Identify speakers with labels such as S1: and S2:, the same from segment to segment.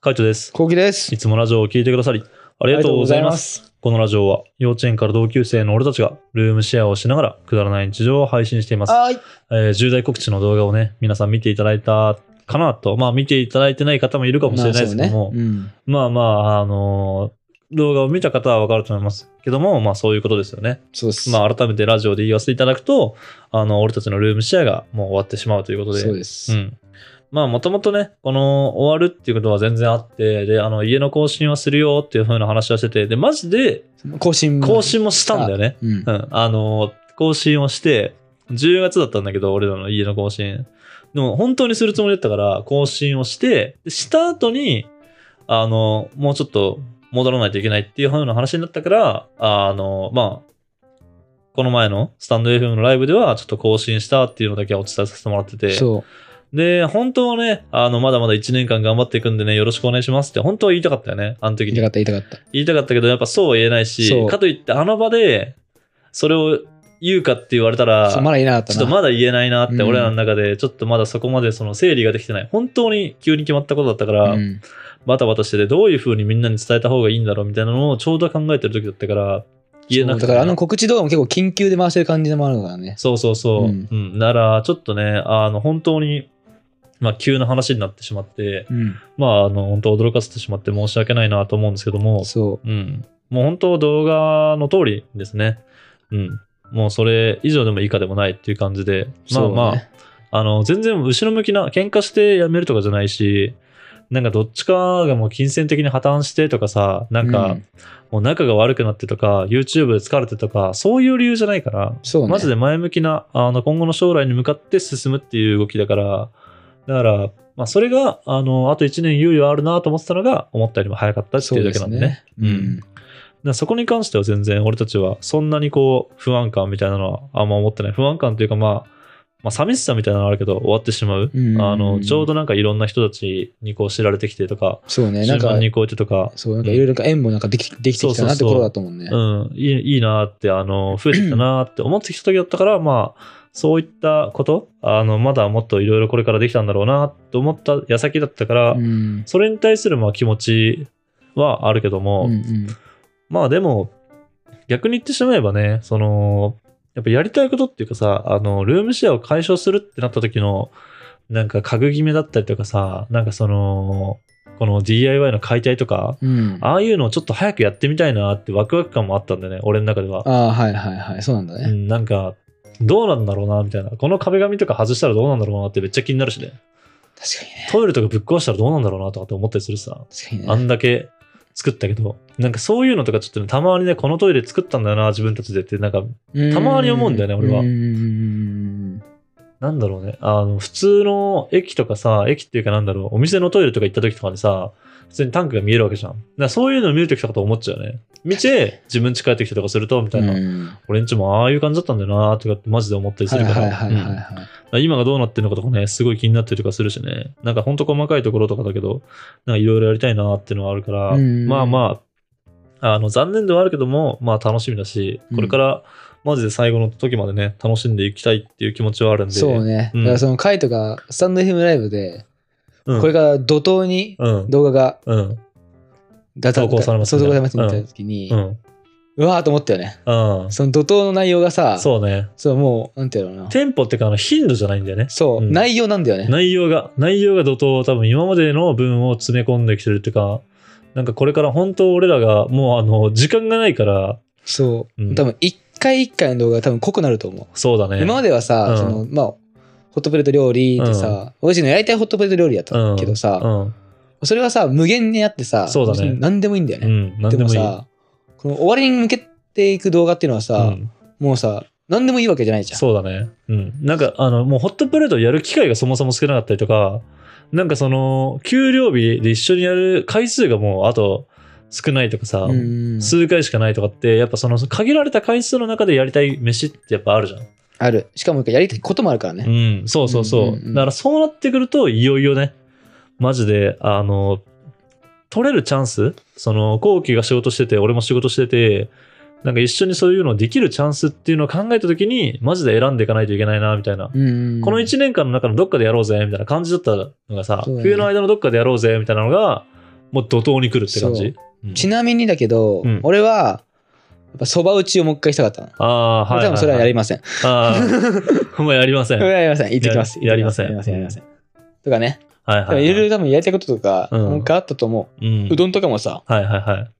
S1: カイトです。
S2: こうきです
S1: い。つもラジオを聞いてくださり、ありがとうございます。
S2: す。
S1: このラジオは、幼稚園から同級生の俺たちが、ルームシェアをしながら、くだらない日常を配信しています。
S2: はい。
S1: えー重大告知の動画をね、皆さん見ていただいたかなと、まあ見ていただいてない方もいるかもしれないですけども、
S2: まあそうね
S1: まあまあ、あのー動画を見た方はわかると思いますけども、まあそういうことですよね。
S2: うん、そうです。
S1: まあ改めてラジオで言わせていただくと、あの、俺たちのルームシェアがもう終わってしまうということで、
S2: そうです。
S1: うん。まあ、もともとね、この終わるっていうことは全然あって、で、あの、家の更新はするよっていう風な話はしてて、で、マジで
S2: 更新も
S1: 更新もしたんだよね。
S2: うん
S1: う。ん。あの、更新をして、10月だったんだけど、俺らの家の更新。でも、本当にするつもりだったから、更新をして、でした後に、あの、もうちょっと戻らないといけないっていう風な話になったから、あの、まあ、この前のスタンド FM のライブでは、ちょっと更新したっていうのだけはお伝えさせてもらってて。
S2: そ
S1: で、本当はね、あの、まだまだ1年間頑張っていくんでね、よろしくお願いしますって、本当は言いたかったよね、あの
S2: う。
S1: 時
S2: 言い
S1: に
S2: たか。った、言いたかった。
S1: 言いたかったけど、やっぱそうは言えないし
S2: そ、う
S1: かといって、あの場で、それを言うかって言われたら、
S2: そうまだ言えなかった
S1: ち
S2: な。
S1: ょっとまだ言えないなって、
S2: うん
S1: 俺らの中で、ちょっとまだそこまでその整理ができてない。本当に急に決まったことだったから、
S2: うん
S1: バタバタしてて、どういう風にみんなに伝えた方がいいんだろうみたいなのをちょうど考えてる時だったから、言えなくて。
S2: そうだからあの告知動画も結構緊急で回してる感じでもあるからね。
S1: そうそうそう。う
S2: うんん。
S1: なら、ちょっとね、あの、本当に、まあ、急な話になってしまって、
S2: うん。
S1: まあ、あの、本当驚かせてしまって申し訳ないなと思うんですけども、
S2: そ
S1: うん。もう本当動画の通りですね。うん。もうそれ以上でも以下でもないっていう感じで、
S2: う。
S1: まあ
S2: そう
S1: まあ、
S2: だね
S1: あの、全然後ろ向きな、喧嘩してやめるとかじゃないし、なんかどっちかがもう金銭的に破綻してとかさ、なん
S2: う
S1: かもう仲が悪くなってとか、YouTube で疲れてとか、そういう理由じゃないから、
S2: そうね。
S1: マジで前向きなあの今後の将来に向かって進むっていう動きだからだから、まあ、それがあのあと1年猶予あるなと思ってたのが思ったよりも早かったっていうだけなんでねそ
S2: そうです
S1: う
S2: ね
S1: んだからそこに関しては全然俺たちはそんなにこう不安感みたいなのはあんま思ってない不安感というかまあまあ、寂しさみたいなのはあるけど終わってしまう、
S2: うん
S1: あのちょうどなんかいろんな人たちにこう知られてきてとか
S2: そうね。な
S1: 順
S2: んか
S1: 番、にこうやってとか、
S2: そう、なんかいろいろなんか縁もなんかできできてきたなっ
S1: そうそう
S2: て
S1: そう
S2: 頃だと思うね。
S1: うん、いいいいなって、あの、増えてきたなって思ってきた時だったから、まあ、そういったこと、あの、まだもっといろいろこれからできたんだろうなと思った矢先だったから、
S2: うん。
S1: それに対するまあ気持ちはあるけども、
S2: うんうん
S1: まあでも、逆に言ってしまえばね、その、やっぱやりたいことっていうかさ、あの、ルームシェアを解消するってなった時の、なんか家具決めだったりとかさ、なんかその、この DIY の解体とか、
S2: うん。あ
S1: ああいうのをちょっと早くやってみたいなってワクワク感もあったんだよね、俺の中では。
S2: あー、はいはいはい。そうなんだ
S1: う
S2: ね。
S1: ん、なんか、どうなんだろうな、みたいな。この壁紙とか外したらどうなんだろうなってめっちゃ気になるしね。
S2: 確かにね。
S1: トイレとかぶっ壊したらどうなんだろうなとかって思ったりするしさ。
S2: 確かにね。
S1: あんだけ作ったけど、なんかそういうのとかちょっとね、たまにね、このトイレ作ったんだよな、自分たちでって、なんか、たまに思うんだよね俺は
S2: うんうんうん
S1: なんだろうね。あの、普通の駅とかさ、駅っていうかなんだろう、お店のトイレとか行った時とかにさ、普通にタンクが見えるわけじゃん。だからそういうのを見るときとかと思っちゃうよね。見て、自分家帰ってきたとかすると、みた
S2: う
S1: い
S2: んうん
S1: な。
S2: うん。
S1: 俺んちもああいう感じだったんだよな、とかってマジで思ったりす
S2: はい
S1: るか
S2: は
S1: ら。
S2: いはいはい
S1: うん
S2: はい。
S1: 今がどうなってるのかとかね、すごい気になってるとかするしね、なんかほんと細かいところとかだけど、なんかいろいろやりたいなっていうのはあるから、
S2: うん
S1: まあまあ、あの残念ではあるけども、まあ楽しみだし、これからマジで最後の時までね、楽しんでいきたいっていう気持ちはあるんで、
S2: そうね。
S1: うん
S2: だからそのカイトがスタンド FM ライブで、
S1: うん、
S2: これから怒涛に
S1: うん、
S2: 動画が
S1: うん、
S2: ガタ
S1: 投稿されます
S2: そう
S1: ね
S2: 投稿されますみたいな時に
S1: う、ん、
S2: うわーと思ったよね。
S1: うん、
S2: その怒涛の内容がさ、そう
S1: そうね。
S2: もう、なんていうのかな。
S1: テンポっていうか、あの頻度じゃないんだよね。
S2: そ
S1: う
S2: う、
S1: ん
S2: 内容なんだよね。
S1: 内容が、内容が怒涛、多分今までの分を詰め込んできてるっていうか、なんかこれから本当俺らがもうあの、時間がないから、
S2: そう。
S1: うん
S2: 多分一回一回の動画が多分濃くなると思
S1: そうだ
S2: う。
S1: ね。
S2: 今まではさ、
S1: うん
S2: そのまあホットプレート料理ってさ、私のやりたいホットプレート料理やったけどさ、
S1: うん。
S2: それはさ無限にあってさ、
S1: そうだね
S2: 何でもいいんだよ
S1: う
S2: ね。
S1: ん。何でもいい。
S2: さ、この終わりに向けていく動画っていうのは
S1: う
S2: さ、
S1: ん
S2: もうさ、何でもいいわけじゃないじゃん。
S1: そうだね。うん。なんか、あの、もうホットプレートやる機会がそもそも少なかったりとか、なんかその、給料日で一緒にやる回数がもうあと少ないとかさ、
S2: うん
S1: 数回しかないとかって、やっぱその限られた回数の中でやりたい飯ってやっぱあるじゃん。
S2: ある。しかも、やりたいこともあるからね。
S1: うん、そうそうそう。
S2: うんうんうん
S1: だからそうなってくると、いよいよね、マジで、あの、取れるチャンス、その、後期が仕事してて、俺も仕事してて、なんか一緒にそういうのできるチャンスっていうのを考えたときに、マジで選んでいかないといけないな、みたいな。
S2: うん
S1: この1年間の中のどっかでやろうぜ、みたいな感じだったのがさ、
S2: そうだね
S1: 冬の間のどっかでやろうぜ、みたいなのが、もう怒涛に来るって感じ。うん
S2: ちなみにだけど、
S1: うん
S2: 俺は、やっぱそば打ちをもう一回したかったの。
S1: ああー、はい、はい。
S2: 多分それはやり
S1: ま
S2: ません。
S1: せん。あ あ、もうやりません。
S2: そ
S1: はい
S2: れはやりません。言ってきます。
S1: ややりません
S2: やりません。やりません。とかね。
S1: はい、はいい。
S2: ろいろ多分やりたいこととか、
S1: うん
S2: なんかあったと思
S1: うん
S2: う。うどんとかもさ、
S1: はいはいはい。
S2: やり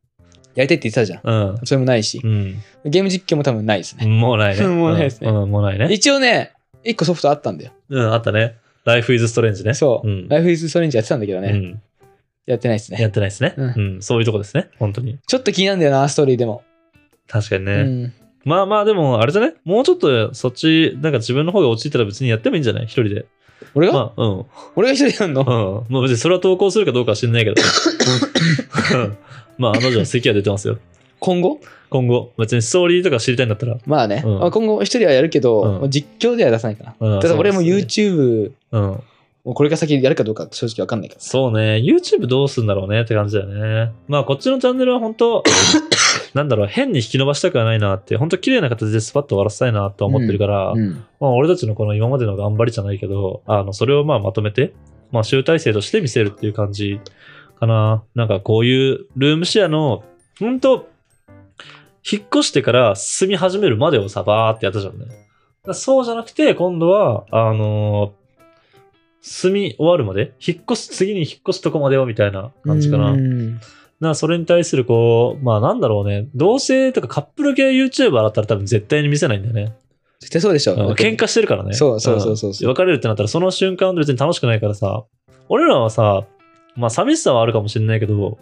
S2: たいって言ってたじゃん。
S1: う
S2: それもないし、
S1: ん。
S2: ゲーム実況も多分ないです
S1: う
S2: ね。
S1: ん。 もうないね。
S2: もうないですね
S1: うん、うんもうないね。
S2: 一応ね、一個ソフトあったんだよ。
S1: うん、あったね。Life is Strange ね。
S2: そう。
S1: ん。
S2: ライフイズストレンジやってたんだけどね、
S1: うん
S2: やってないです
S1: や
S2: ね
S1: っ。てないですね。
S2: う
S1: うんん。そういうとこですね。本当に。
S2: ちょっと気になるんだよな、ストーリーでも。
S1: 確かに
S2: う
S1: ね。
S2: ん。
S1: まあまあ、でも、あれじゃないもうちょっと、そっち、なんか自分の方が落ちたら別にやってもいいんじゃない一人で。
S2: 俺が、
S1: まあ、うん。
S2: 俺が一人やんの、
S1: うん。まあ別にそれは投稿するかどうかは知んないけど。うん まあ、あの女、咳は出てますよ。
S2: 今後
S1: 今後、別にストーリーとか知りたいんだったら。
S2: まあね、
S1: うん
S2: まあ今後一人はやるけど、
S1: うん
S2: もう実況では出さないかな。
S1: うん
S2: ただ俺も
S1: そうで
S2: YouTube、
S1: うん。
S2: もうこれから先やるかどうか正直わかんないから。
S1: そうね。YouTube どうすんだろうねって感じだよね。まあ、こっちのチャンネルは本当なんだろう、変に引き伸ばしたくはないなって、本当綺麗な形でスパッと終わらせたいなとは思ってるから、
S2: うん。
S1: まあ、俺たちのこの今までの頑張りじゃないけど、あの、それをまあまとめて、まあ、集大成として見せるっていう感じかな。なんかこういうルームシェアの、本当引っ越してから住み始めるまでをさ、ばーってやったじゃんね。だからそうじゃなくて、今度は、あのー住み終わるまで、引っ越す、次に引っ越すとこまでよ、みたいな感じかな。
S2: うん
S1: なそれに対するこう、まあなんだろうね、同性とかカップル系 YouTuber だったら多分絶対に見せないんだよね。
S2: 絶対そうでしょ。
S1: うん喧嘩してるからね。
S2: そうそうそうそうそうん
S1: 別れるってなったら、その瞬間別に楽しくないからさ、俺らはさ、まあ寂しさはあるかもしれないけど、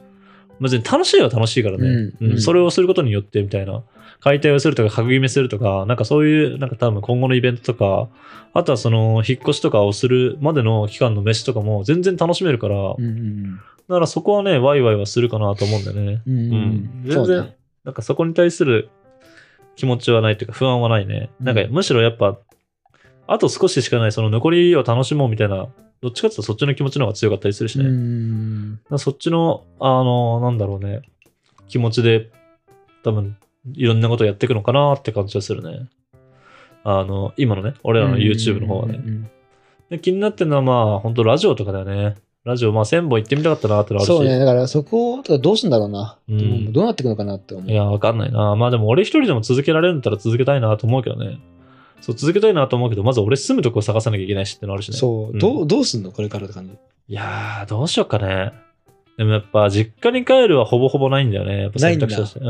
S1: 別に楽しいは楽しいからね、
S2: うんうん
S1: それをすることによってみたいな、解体をするとか、格決めするとか、なんかそういう、なんか多分今後のイベントとか、あとはその、引っ越しとかをするまでの期間の飯とかも全然楽しめるから、
S2: うんうん
S1: だからそこはね、ワイワイはするかなと思うんだよね。
S2: うん。う
S1: うんん、全
S2: そう
S1: 然、
S2: ね
S1: なんかそこに対する気持ちはないというか不安はないね。なんか
S2: うん
S1: むしろやっぱ、あと少ししかないその残りを楽しもうみたいな、どっちかっていうとそっちの気持ちの方が強かったりするしね。
S2: う
S1: だか
S2: ん。
S1: らそっちの、あの、なんだろうね、気持ちで多分いろんなことやっていくのかなって感じはするね。あの、今のね、俺らの YouTube の方はね。
S2: ね。
S1: で気になってるのはまあ、本当ラジオとかだよね。ラジオ、まあ1000本行ってみたかったなってのはあるし。
S2: そうね、だからそこをどうすんだろうな。
S1: うん
S2: どうなっていくのかなって思う。
S1: いや、わかんないな。まあでも俺一人でも続けられるんだったら続けたいなと思うけどね。そう、続けたいなと思うけど、まず俺住むとこ探さなきゃいけないしってのあるしね。
S2: そう、
S1: うん
S2: どうどうすんのこれからって感じ。
S1: いやー、どうしようかね。でもやっぱ実家に帰るはほぼほぼないんだよね。やっぱ選択肢として。うん。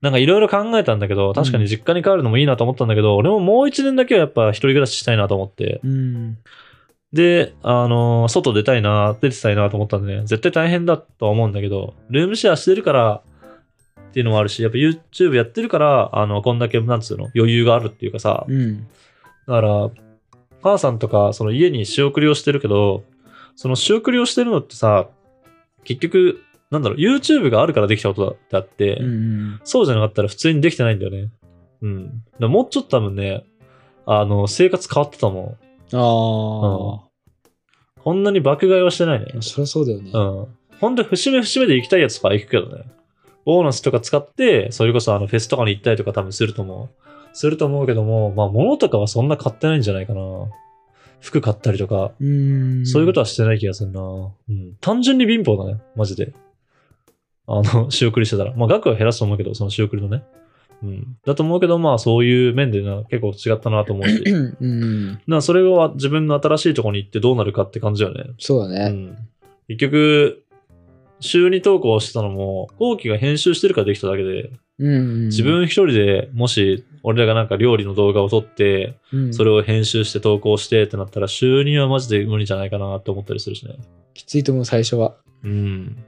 S1: なんかいろいろ考えたんだけど、確かに実家に帰るのもいいなと思ったんだけど、俺ももう一年だけはやっぱ一人暮らししたいなと思って。
S2: うん。
S1: で、あのー外出たいな、出てたいなと思ったんでね、絶対大変だとは思うんだけど、ルームシェアしてるからっていうのもあるし、やっぱ YouTube やってるから、あの、こんだけ、なんつうの、余裕があるっていうかさ、
S2: うん。
S1: だから、母さんとか、その家に仕送りをしてるけど、その仕送りをしてるのってさ、結局、なんだろう、YouTube があるからできたことだってあって、
S2: うん
S1: そうじゃなかったら普通にできてないんだよね。うん。だからもうちょっと多分ね、あの、生活変わってたもん。
S2: ああ、
S1: こんなに爆買いはしてないね。
S2: そりゃそうだよね。
S1: うん。ほんと、節目節目で行きたいやつとか行くけどね。ボーナスとか使って、それこそあのフェスとかに行ったりとか多分すると思う。すると思うけども、まあ物とかはそんな買ってないんじゃないかな。服買ったりとか、
S2: うん
S1: そういうことはしてない気がするな。うん。単純に貧乏だね、マジで。あの、 仕送りしてたら。まあ額は減らすと思うけど、その仕送りのね。うん。だと思うけど、まあそういう面でな、結構違ったなと思うし。
S2: うん。
S1: な、それは自分の新しいところに行ってどうなるかって感じよね。
S2: そう
S1: う
S2: だね。
S1: ん、結局、週2投稿してたのも、後期が編集してるからできただけで、
S2: うん。
S1: 自分一人でもし、俺らがなんか料理の動画を撮って、
S2: 分
S1: それを編集して投稿してってなったら、週2はマジで無理じゃないかなって思ったりするしね。
S2: きついと思う、最初は。
S1: うん。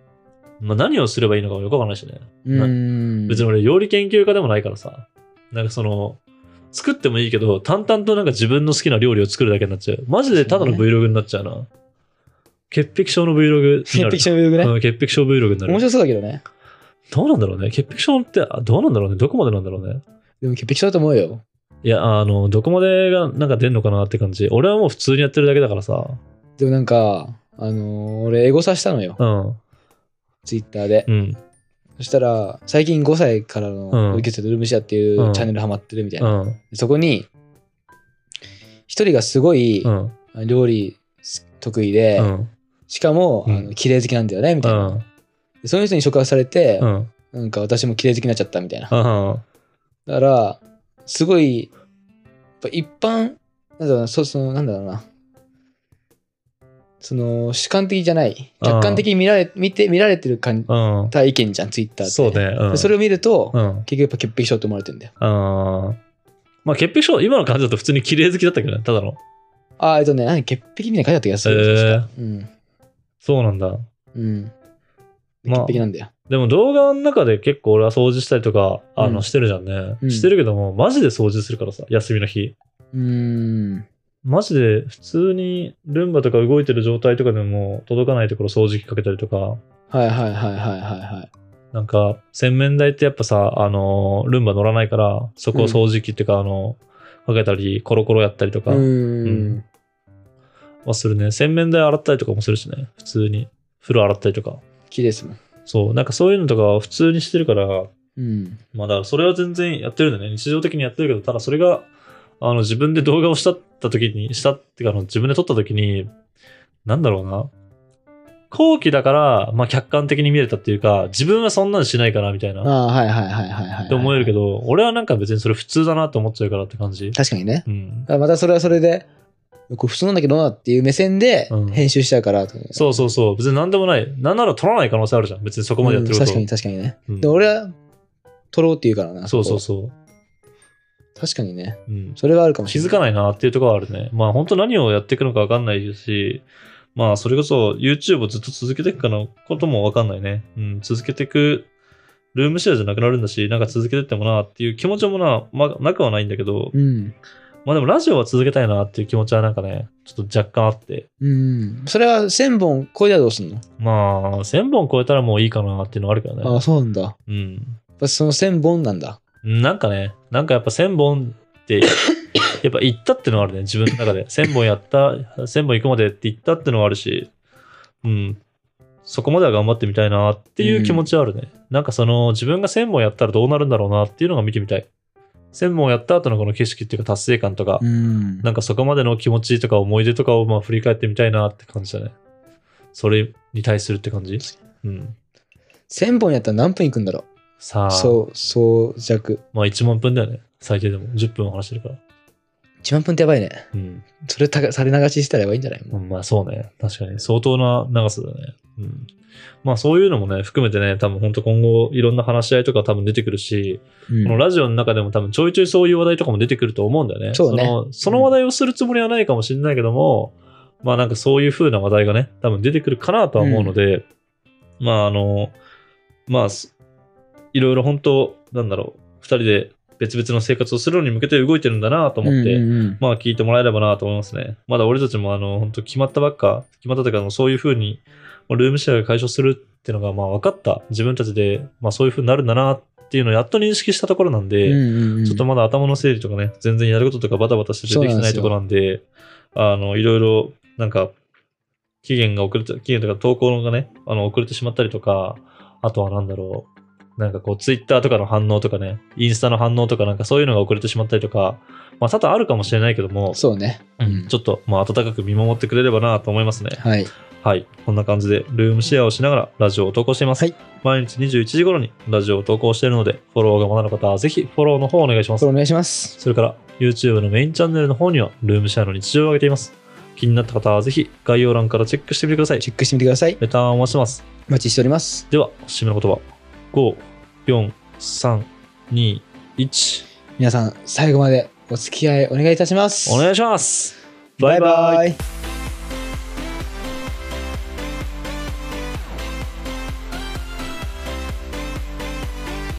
S1: まあ、何をすればいいのかもよくわかんないしね。
S2: うん。
S1: 別に俺、料理研究家でもないからさ。なんかその、作ってもいいけど、淡々となんか自分の好きな料理を作るだけになっちゃう。マジでただの
S2: そう
S1: Vlog になっちゃうな。潔癖症の Vlog にな
S2: 潔
S1: る
S2: 癖。症の病気ね。
S1: うん、潔癖症 Vlog にな
S2: 面
S1: る。
S2: 白そうだけどね。
S1: どうなんだろうね潔癖症ってあどうなんだろうねどこまでなんだろうね
S2: でも潔癖症だと思うよ。
S1: いや、あの、どこまでがなんか出んのかなって感じ。俺はもう普通にやってるだけだからさ。
S2: でもなんか、あのー俺、エゴサしたのよ。
S1: うん。
S2: ツイッターで
S1: う。ん。
S2: そしたら、最近5歳からの
S1: うん
S2: 受けてるルームシェアっていううんチャンネルハマってるみたいうな。
S1: ん。
S2: そこに、一人がすごい
S1: うん。
S2: 料理得意で
S1: う、ん。
S2: しかも、
S1: うん
S2: あの綺麗好きなんだよねみ
S1: う
S2: たいな、
S1: ん。
S2: でそういう人に触発されて
S1: う、ん。
S2: なんか私も綺麗好きになっちゃったみたいな、
S1: うん。
S2: だからすごいやっぱ一般なんだろうなそそのなんだろうなその主観的じゃない
S1: うん
S2: 客観的に見られ見て見られてる感
S1: うん。
S2: 体意見じゃんツイッターって
S1: そうね。うん。
S2: でそれを見ると、
S1: うん。
S2: 結局やっぱ潔癖症って思われてるんだよ
S1: あーまあ、潔癖症、今の感じだと普通に綺麗好きだったけどね、ただの。
S2: あーえっとね何潔癖みたいな感じだった気がする、
S1: へえ
S2: 確かうん
S1: そうなんだ。
S2: うん
S1: まあ
S2: 潔癖なんだよ、
S1: でも動画の中で結構俺は掃除したりとか、あ
S2: う
S1: の、
S2: ん
S1: してるじゃんね。
S2: うん
S1: してるけども、マジで掃除するからさ、休みの日。
S2: うーん
S1: マジで普通にルンバとか動いてる状態とかでも届かないところ掃除機かけたりとか、
S2: はいはいはいはいはいはい
S1: なんか洗面台ってやっぱさ、あのールンバ乗らないから、そこを掃除機っていうか、あの、かけたり、コロコロやったりとか
S2: うー
S1: うん
S2: ん
S1: はするね。洗面台洗ったりとかもするしね、普通に。風呂洗ったりとか。
S2: 綺麗ですもん
S1: そう、なんかそういうのとかは普通にしてるから、
S2: うん
S1: まあだからそれは全然やってるんだよね。日常的にやってるけど、ただそれが、あの自分で動画をしたった時に、したっていうかあの自分で撮った時に、なんだろうな。後期だから、まあ客観的に見れたっていうか、自分はそんなんしないかなみたい
S2: あ
S1: な、っ
S2: あはいはいはいはいはい
S1: て思えるけ
S2: ど
S1: ど、俺はなんか別にそれ普通だなって思っちゃうからって感じ。
S2: 確かにね
S1: うん
S2: だ。からまたそれはそれで、これ普通なんだけどなっていう目線で
S1: うん
S2: 編集しちゃうからと、
S1: そうそうそう。別に何でもない。なんなら撮らない可能性あるじゃん。別にそこまでやってる
S2: うん
S1: こと。
S2: 確かに確かにね。
S1: うん
S2: で、俺は撮ろうって言うからな。
S1: そうそう
S2: こ
S1: そ
S2: こ確かにね。
S1: う。うん。
S2: それはあるかもし
S1: 気
S2: れ
S1: づ
S2: ない。
S1: かないなっていうところはあるね。まあ本当何をやっていくのか分かんないし、まあそれこそ YouTube をずっと続けていくかのことも分かんないね。うん、続けていく、ルームシェアじゃなくなるんだし、なんか続けてってもなっていう気持ちもな、まあなくはないんだけど、
S2: うん。
S1: まあでもラジオは続けたいなっていう気持ちはなんかね、ちょっと若干あって、
S2: うん。それは1000本超えたらどうすんの、
S1: まあ1000本超えたらもういいかなっていうのはあるけど
S2: あ
S1: ね。
S2: あ、そうなんだ。やっ
S1: うん。
S2: ぱその1000本なんだ。
S1: なんかね、なんかやっぱ1000本 って、やっぱ行ったってのはあるね、自分の中で。1000本やった、1000本行くまでって言ったってのはあるし、うん、そこまでは頑張ってみたいなっていう気持ちはあるね。なんかその、自分が1000本やったらどうなるんだろうなっていうのが見てみたい。1000本やった後のこの景色っていうか達成感とか、
S2: うん。
S1: なんかそこまでの気持ちとか思い出とかをまあ振り返ってみたいなって感じだね。それに対するって感じ。うん。
S2: 1000本やったら何分いくんだろ
S1: さあ、
S2: うそう、そう弱。
S1: まあ1万分だよね。最低でも。10分話してるから。
S2: 1万分ってやばいね。
S1: うん。
S2: それたされ流ししたらやばいんじゃないも
S1: う
S2: うん
S1: まあそうね。確かに。相当な長さだね。うん。まあそういうのもね、含めてね、多分本当今後いろんな話し合いとか多分出てくるし、
S2: うん
S1: このラジオの中でも多分ちょいちょいそういう話題とかも出てくると思うんだよね。
S2: そうね
S1: のその話題をするつもりはないかもしれないけども、まあなんかそういう風な話題がね、多分出てくるかなとは思うので、まああの、まあ、すいろいろ本当、なんだろう、二人で別々の生活をするのに向けて動いてるんだなと思って、
S2: うんうんうん
S1: まあ聞いてもらえればなと思いますね。まだ俺たちもあの、本当決まったばっか、決まったというかあの、そういう風に、まあルームシェアが解消するっていうのが、まあ分かった。自分たちで、まあそういう風になるんだなっていうのをやっと認識したところなんで、
S2: うんうん
S1: ちょっとまだ頭の整理とかね、全然やることとかバタバタしててできてないところなんで、あの、いろいろ、なんか、期限が遅れて、期限とか投稿がね、あの、遅れてしまったりとか、あとはなんだろう、なんかこう、ツイッターとかの反応とかね、インスタの反応とかなんかそういうのが遅れてしまったりとか、まあ多々あるかもしれないけども、
S2: そうね。
S1: うんちょっと、まあ温かく見守ってくれればなと思いますね。
S2: はい。
S1: はい。こんな感じで、ルームシェアをしながらラジオを投稿しています。
S2: はい
S1: 毎日21時頃にラジオを投稿しているので、フォローがまだの方はぜひフォローの方をお願いします
S2: これ。お願いします。
S1: それから YouTube のメインチャンネルの方にはルームシェアの日常を上げています。気になった方はぜひ概要欄からチェックしてみてください。
S2: チェックしてみてください。
S1: レターンをお待ちしてます。
S2: お待ちしております。
S1: では、締めの言葉。5、4、3、2、1。
S2: 皆さん最後までお付き合いお願いいたします。
S1: お願いします。
S2: バイバイ。